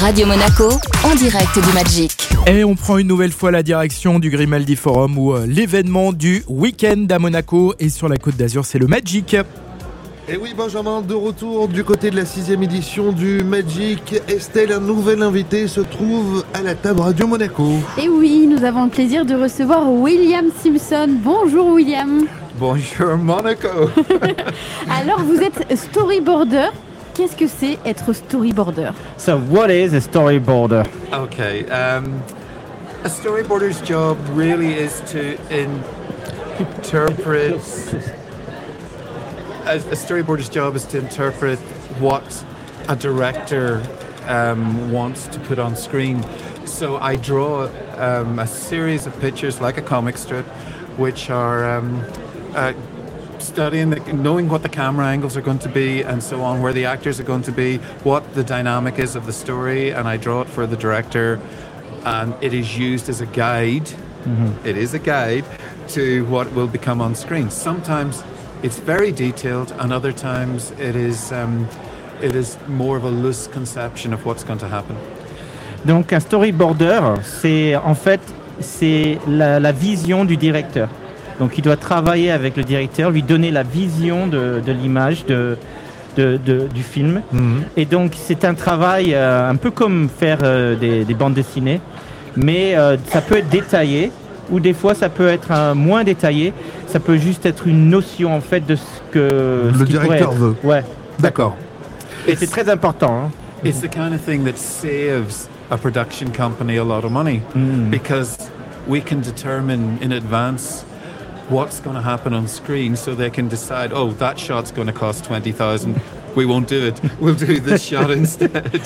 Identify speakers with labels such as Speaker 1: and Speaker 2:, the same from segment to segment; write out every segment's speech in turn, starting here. Speaker 1: Radio Monaco, en direct du Magic.
Speaker 2: Et on prend une nouvelle fois la direction du Grimaldi Forum où euh, l'événement du week-end à Monaco et sur la côte d'Azur, c'est le Magic.
Speaker 3: Et Eh oui, Benjamin, de retour du côté de la sixième édition du Magic. Estelle, un nouvel invité, se trouve à la table Radio Monaco.
Speaker 4: Et oui, nous avons le plaisir de recevoir William Simpson. Bonjour William.
Speaker 3: Bonjour Monaco.
Speaker 4: Alors vous êtes storyboarder. Qu'est-ce que c'est être storyboarder
Speaker 5: So, what is a storyboarder?
Speaker 6: Okay. Um, a storyboarder's job really is to in- interpret. a, a storyboarder's job is to interpret what a director um, wants to put on screen. So I draw um, a series of pictures, like a comic strip, which are um, uh, studying, the, knowing what the camera angles are going to be and so on, where the actors are going to be, what the dynamic is of the story, and I draw it for the director. And it is used as a guide. It is a guide to what will become on screen. Sometimes it's very detailed, and other times it is um, it is more of a loose conception of what's going to happen.
Speaker 5: Donc, un storyboarder, c'est en fait c'est la, la vision du directeur. Donc, il doit travailler avec le directeur, lui donner la vision de, de l'image de, de- de- du film.
Speaker 3: Mhm.
Speaker 5: Et donc, c'est un travail euh, un peu comme faire euh, des, des bandes dessinées, mais euh, ça peut être détaillé ou des fois ça peut être euh, moins détaillé. Ça peut juste être une notion en fait de ce que ce
Speaker 3: Le
Speaker 5: qu'il pourrait
Speaker 3: directeur
Speaker 5: être.
Speaker 3: veut.
Speaker 5: Ouais.
Speaker 3: D'accord.
Speaker 5: Et c'est très important. hein.
Speaker 6: It's the kind of thing that saves a production company a lot of money
Speaker 5: Hmm.
Speaker 6: because we can determine in advance what's going to happen on screen so they can decide, oh, that shot's going to cost 20,000. We won't do it. We'll do this shot instead.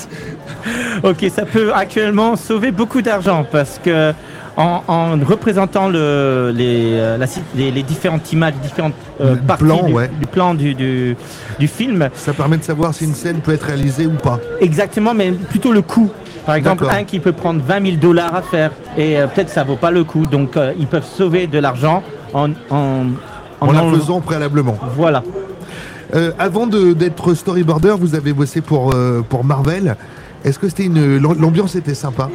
Speaker 5: Ok, ça peut actuellement sauver beaucoup d'argent parce que en, en représentant le, les, euh, la si- les, les différentes images, différentes euh,
Speaker 3: Le
Speaker 5: parties
Speaker 3: plan,
Speaker 5: du,
Speaker 3: ouais.
Speaker 5: du plan du, du, du film,
Speaker 3: Ça permet de savoir si une scène peut être réalisée ou pas.
Speaker 5: exactement, mais plutôt le coût. Par exemple,
Speaker 3: D'accord.
Speaker 5: un qui peut prendre 20 000 dollars à faire et euh, peut-être ça vaut pas le coup, donc euh, ils peuvent sauver de l'argent en, en,
Speaker 3: En, la
Speaker 5: enle-
Speaker 3: faisant préalablement.
Speaker 5: Voilà.
Speaker 3: Euh, avant de- d'être storyboarder, vous avez bossé pour, euh, pour Marvel. Est-ce que c'était une. l'am- L'ambiance était sympa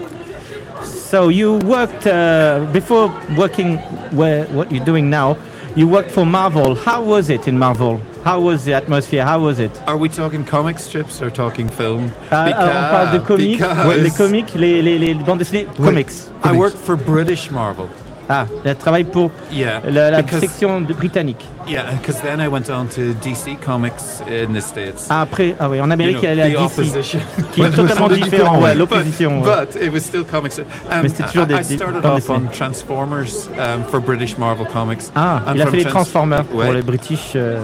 Speaker 5: So you worked uh, before working where what you're doing now. You worked for Marvel. How was it in Marvel? How was the atmosphere? How was it?
Speaker 6: Are we talking comic strips or talking film?
Speaker 5: Ah, ah, on parle de comics,
Speaker 6: because
Speaker 5: les comics, les, les, les bandes dessinées,
Speaker 3: Oui.
Speaker 5: comics.
Speaker 6: I work for British Marvel.
Speaker 5: Ah, elle travaille pour
Speaker 6: Yeah.
Speaker 5: la, la
Speaker 6: because,
Speaker 5: section de- britannique.
Speaker 6: yeah, because then I went on to DC Comics in the States.
Speaker 5: Ah, après, ah oui, en
Speaker 6: You
Speaker 5: Amérique,
Speaker 6: know,
Speaker 5: elle est
Speaker 6: the
Speaker 5: à DC,
Speaker 6: opposition.
Speaker 5: qui est totalement différent, ouais, l'opposition. ouais.
Speaker 6: But it was still comics. Um,
Speaker 5: Mais c'était toujours
Speaker 6: I-
Speaker 5: des-
Speaker 6: I
Speaker 5: des
Speaker 6: started
Speaker 5: bandes
Speaker 6: off on
Speaker 5: dessinées.
Speaker 6: Transformers um, for British Marvel Comics.
Speaker 5: Ah,
Speaker 6: And
Speaker 5: il a
Speaker 6: from
Speaker 5: fait les
Speaker 6: Trans-
Speaker 5: Transformers pour
Speaker 6: Ouais.
Speaker 5: les British euh,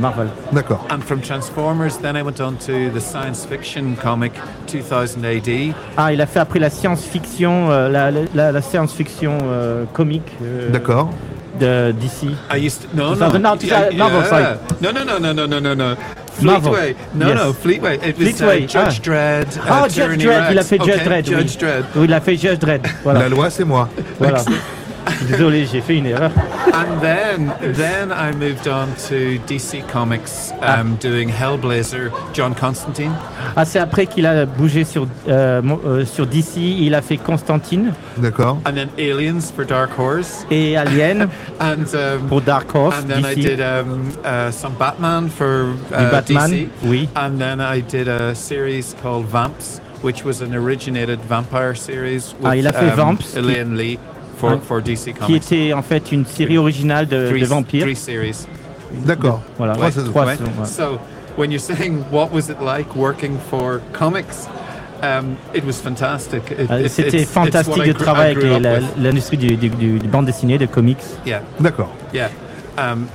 Speaker 5: Marvel.
Speaker 3: D'accord.
Speaker 6: And from Transformers, then I went on to the science fiction comic 2000 AD.
Speaker 5: Ah, il a fait après la science-fiction, euh, la, la- la, la science-fiction euh, comique euh,
Speaker 3: D'accord.
Speaker 5: de d'ici.
Speaker 6: I used to, no,
Speaker 5: So
Speaker 6: no,
Speaker 5: the Naughty-
Speaker 6: Yeah,
Speaker 5: uh, Marvel,
Speaker 6: yeah.
Speaker 5: sorry.
Speaker 6: No, no, no, no, no, no, no, no.
Speaker 5: Marvel.
Speaker 6: Fleetway. No,
Speaker 5: Yes.
Speaker 6: no, Fleetway. It was
Speaker 5: Fleetway,
Speaker 6: Uh, Judge
Speaker 5: ah.
Speaker 6: Dredd. Uh,
Speaker 5: Ah, Judge
Speaker 6: Tyranny
Speaker 5: Dredd, il a
Speaker 6: Rex.
Speaker 5: fait Judge
Speaker 6: Okay,
Speaker 5: Dredd.
Speaker 6: Judge
Speaker 5: oui.
Speaker 6: Dredd.
Speaker 5: Oui, il a fait Judge Dredd. Voilà.
Speaker 3: La loi, c'est moi.
Speaker 5: voilà. Désolé, j'ai fait une erreur.
Speaker 6: and then then I moved on to DC Comics, um, doing Hellblazer, John Constantine.
Speaker 5: Ah, c'est après qu'il a bougé sur, euh, mon- euh, sur DC, il a fait Constantine
Speaker 3: D'accord.
Speaker 6: and then Aliens for Dark Horse,
Speaker 5: et Alien
Speaker 6: and um,
Speaker 5: pour Dark Horse,
Speaker 6: and then I
Speaker 5: DC.
Speaker 6: did um, uh, some Batman for
Speaker 5: Du
Speaker 6: uh,
Speaker 5: Batman,
Speaker 6: DC,
Speaker 5: oui.
Speaker 6: and then I did a series called Vamps, which was an originated vampire series with um,
Speaker 5: Ah, il a fait Vamps,
Speaker 6: Elaine Lee for,
Speaker 5: Ah.
Speaker 6: for
Speaker 5: qui
Speaker 6: DC Comics.
Speaker 5: était en fait une série originale de, de vampires.
Speaker 6: three series.
Speaker 3: D'accord.
Speaker 5: Voilà,
Speaker 3: Trois
Speaker 5: trois
Speaker 3: saisons.
Speaker 6: Right?
Speaker 5: saisons, ouais.
Speaker 6: So when you're saying what was it like working for comics, um, it was fantastic. It-
Speaker 5: Euh,
Speaker 6: it-
Speaker 5: C'était
Speaker 6: it's- it's what
Speaker 5: fantastique
Speaker 6: I
Speaker 5: de
Speaker 6: grew- I
Speaker 5: travailler
Speaker 6: grew
Speaker 5: avec
Speaker 6: up
Speaker 5: la-
Speaker 6: with.
Speaker 5: l'industrie du, du, du- du bande dessinée, de comics.
Speaker 6: Yeah,
Speaker 3: D'accord.
Speaker 6: yeah. Um,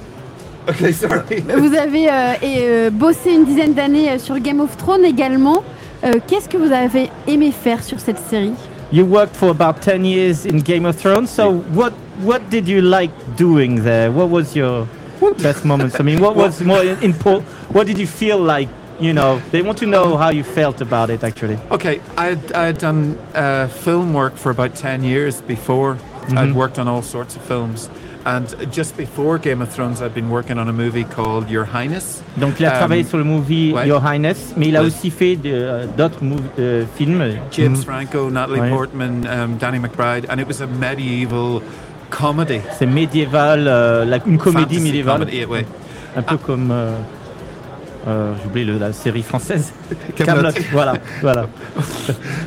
Speaker 6: okay, sorry.
Speaker 4: Vous avez euh, et, euh, bossé une dizaine d'années euh, sur Game of Thrones également. Euh, Qu'est-ce que vous avez aimé faire sur cette série
Speaker 5: You worked for about 10 years in Game of Thrones, so what what did you like doing there? What was your best moments? I mean, what was more important? What did you feel like? You know, they want to know how you felt about it actually.
Speaker 6: Okay, I had, I had
Speaker 5: Mm-hmm.
Speaker 6: done uh, film work for about 10 years before. I'd worked on all sorts of films. And just before Game of Thrones, I'd been working on a movie called Your Highness.
Speaker 5: Donc il a
Speaker 6: Um,
Speaker 5: travaillé sur le movie
Speaker 6: ouais.
Speaker 5: Your Highness, mais il a
Speaker 6: Ouais.
Speaker 5: aussi fait de- euh, d'autres mov- euh, films.
Speaker 6: James Franco,
Speaker 5: Mm-hmm.
Speaker 6: Natalie
Speaker 5: Right.
Speaker 6: Portman, um, Danny McBride, and it was a medieval comedy.
Speaker 5: C'est médiéval, euh, la- une comédie
Speaker 6: Fantasy
Speaker 5: médiévale,
Speaker 6: comedy, ouais.
Speaker 5: un
Speaker 6: Ah.
Speaker 5: peu comme euh, euh, j'ai oublié le- la série française.
Speaker 3: Kaamelott.
Speaker 5: Kaamelott, voilà, voilà.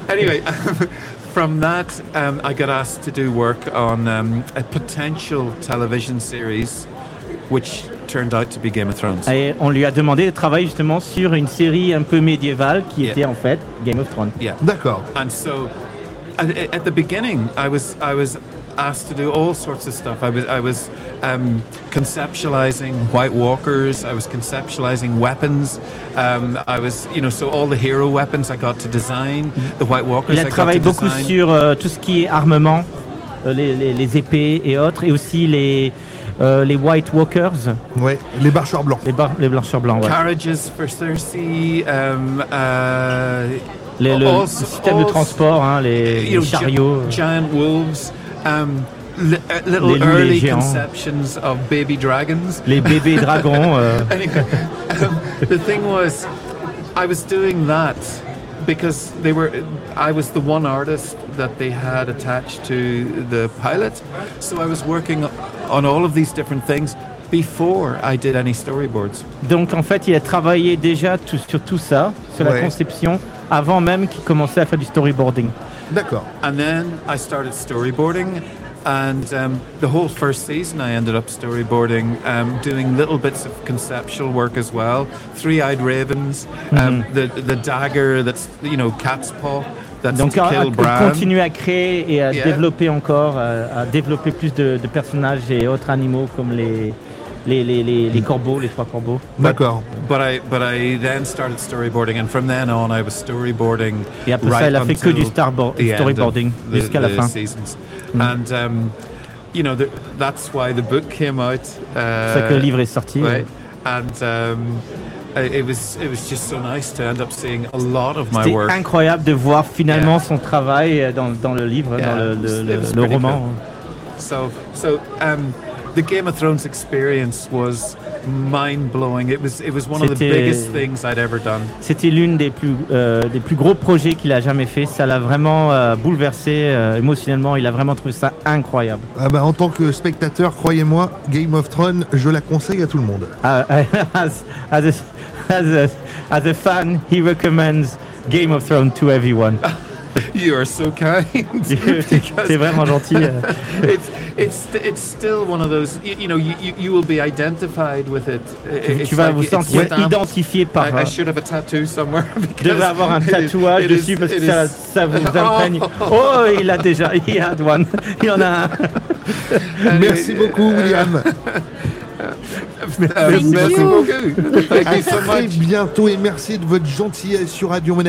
Speaker 6: Anyway, from that, um, I got asked to do work on um, a potential television series, which turned out to be Game of Thrones.
Speaker 5: Et on lui a demandé de travailler justement sur une série un peu médiévale qui
Speaker 6: Yeah.
Speaker 5: était en fait Game of Thrones.
Speaker 6: yeah.
Speaker 3: D'accord.
Speaker 6: And so, at, at the beginning, I was I was asked to do all sorts of stuff. I was I was um, conceptualizing White Walkers. I was conceptualizing weapons. Um, I was you know so all the hero weapons I got to design. The White Walkers.
Speaker 5: Il a
Speaker 6: I got
Speaker 5: travaillé
Speaker 6: to
Speaker 5: beaucoup
Speaker 6: design.
Speaker 5: sur euh, tout ce qui est armement, euh, les, les- les épées et autres, et aussi les, euh, les White Walkers,
Speaker 3: Ouais. Les barcheurs blancs.
Speaker 5: les, bar- les blancheurs blancs. ouais.
Speaker 6: Carriages for Cersei. Um, uh,
Speaker 5: Les- le,
Speaker 6: all
Speaker 5: le
Speaker 6: s-
Speaker 5: système de
Speaker 6: all s-
Speaker 5: transport, hein, les,
Speaker 6: you know,
Speaker 5: les
Speaker 6: gi-
Speaker 5: chariots. euh,
Speaker 6: giant wolves. Um, li- uh,
Speaker 5: Les
Speaker 6: little
Speaker 5: loups, les
Speaker 6: early
Speaker 5: géants.
Speaker 6: conceptions of baby dragons.
Speaker 5: euh, Les bébés dragons, euh,
Speaker 6: Anyway, um, the thing was, I was doing that because they were. I was the one artist that they had attached to the pilot, so I was working on all of these different things before I did any storyboards.
Speaker 5: Donc en fait, il a travaillé déjà tout- sur tout ça, sur
Speaker 3: Ouais.
Speaker 5: la conception, avant même qu'il commençait à faire du storyboarding.
Speaker 3: D'accord.
Speaker 6: And then I started storyboarding, and um, the whole first season I ended up storyboarding, um, doing little bits of conceptual work as well. Three-eyed ravens,
Speaker 5: Mm-hmm.
Speaker 6: um, the the dagger that's you know cat's paw that's
Speaker 5: Donc
Speaker 6: to
Speaker 5: à,
Speaker 6: kill
Speaker 5: à
Speaker 6: Bran.
Speaker 5: continuer à créer et à
Speaker 6: Yeah.
Speaker 5: développer encore, euh, à, à développer plus de, de personnages et autres animaux comme les, les, les, les, les corbeaux, les trois corbeaux.
Speaker 3: D'accord.
Speaker 6: But I but I then started storyboarding, and from then on I was storyboarding.
Speaker 5: Et après ça, il a fait que du starbo-
Speaker 6: the end of
Speaker 5: storyboarding
Speaker 6: the-
Speaker 5: jusqu'à la
Speaker 6: the
Speaker 5: fin. Mm.
Speaker 6: seasons. And um, you know the, that's why the book came out.
Speaker 5: C'est pour ça que
Speaker 6: Uh,
Speaker 5: le livre est sorti.
Speaker 6: right? And um, I- it was it was just so nice to end up seeing a lot of my
Speaker 5: C'était
Speaker 6: work.
Speaker 5: incroyable de voir finalement
Speaker 6: Yeah.
Speaker 5: son travail euh, dans, dans le livre,
Speaker 6: Yeah,
Speaker 5: dans le, le-
Speaker 6: it was
Speaker 5: le
Speaker 6: pretty
Speaker 5: roman.
Speaker 6: So so um, the Game of Thrones experience was mind blowing. It was it was one of the
Speaker 5: C'était-
Speaker 6: biggest things I'd ever done.
Speaker 5: C'était l'une des plus euh, des plus gros projets qu'il a jamais fait. Ça l'a vraiment euh, bouleversé euh, émotionnellement. Il a vraiment trouvé ça incroyable.
Speaker 3: Ah bah, en tant que spectateur, croyez-moi, Game of Thrones, je la conseille à tout le monde.
Speaker 5: Ah, as, as, a, as, a, as a fan, he recommends Game of Thrones to everyone.
Speaker 6: You are so kind.
Speaker 5: C'est vraiment gentil. euh.
Speaker 6: it's it's it's still one of those you, you know you, you you will be identified with it. It-
Speaker 5: tu
Speaker 6: it's
Speaker 5: vas
Speaker 6: like-
Speaker 5: vous
Speaker 6: it's
Speaker 5: sentir
Speaker 6: stamped.
Speaker 5: identifié par.
Speaker 6: I, I should have a tattoo somewhere.
Speaker 5: Je devrais avoir un tatouage dessus parce que ça, ça vous imprègne. Oh, il a déjà, he had one. Il en a un.
Speaker 3: Merci beaucoup, William.
Speaker 4: Thank
Speaker 6: merci
Speaker 4: you.
Speaker 6: beaucoup. Thank
Speaker 3: À
Speaker 6: you so
Speaker 3: très
Speaker 6: much.
Speaker 3: bientôt et merci de votre gentillesse sur Radio Monaco.